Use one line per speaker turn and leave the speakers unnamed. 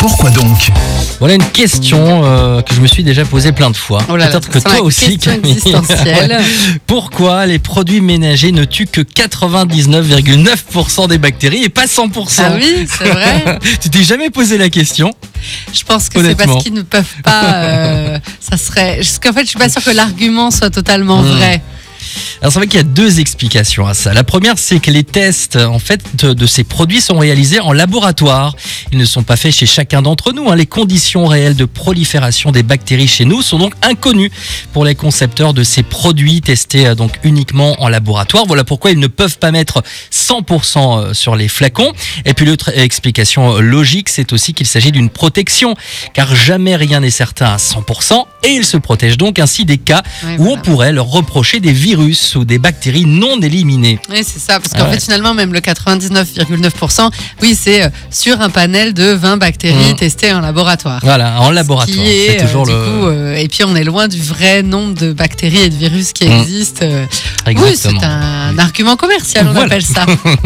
Pourquoi donc
Voilà une question euh, que je me suis déjà posée plein de fois.
Oh là là,
Peut-être que
c'est
toi
ma
aussi,
question
Camille.
existentielle.
Pourquoi les produits ménagers ne tuent que 99,9% des bactéries et pas 100%
Ah oui, c'est vrai.
Tu t'es jamais posé la question
Je pense que c'est
Honnêtement.
parce qu'ils ne peuvent pas. euh, ça serait. Parce qu'en fait, je suis pas sûre que l'argument soit totalement
Hmm.
vrai.
Alors c'est vrai qu'il y a deux explications à ça. La première, c'est que les tests en fait de, de ces produits sont réalisés en laboratoire. Ils ne sont pas faits chez chacun d'entre nous. hein. Les conditions réelles de prolifération des bactéries chez nous sont donc inconnues pour les concepteurs de ces produits testés euh, donc uniquement en laboratoire. Voilà pourquoi ils ne peuvent pas mettre 100% euh, sur les flacons. Et puis l'autre explication euh, logique, c'est aussi qu'il s'agit d'une protection, car jamais rien n'est certain à 100%. Et ils se protègent donc ainsi des cas
Ouais,
où on
voilà.
pourrait leur reprocher des virus ou des bactéries non éliminées.
Oui, c'est ça, parce qu'en
Ah ouais.
fait, finalement, même le 99,9%, oui, c'est euh, sur un panel de 20 bactéries
Mm.
testées en laboratoire.
Voilà, en
Qui
laboratoire.
est,
C'est toujours
euh,
le.
du coup, euh, et puis, on est loin du vrai nombre de bactéries et de virus qui
Mm.
existent. euh. oui,
Exactement.
c'est un
Oui.
argument commercial, on
Voilà.
appelle ça.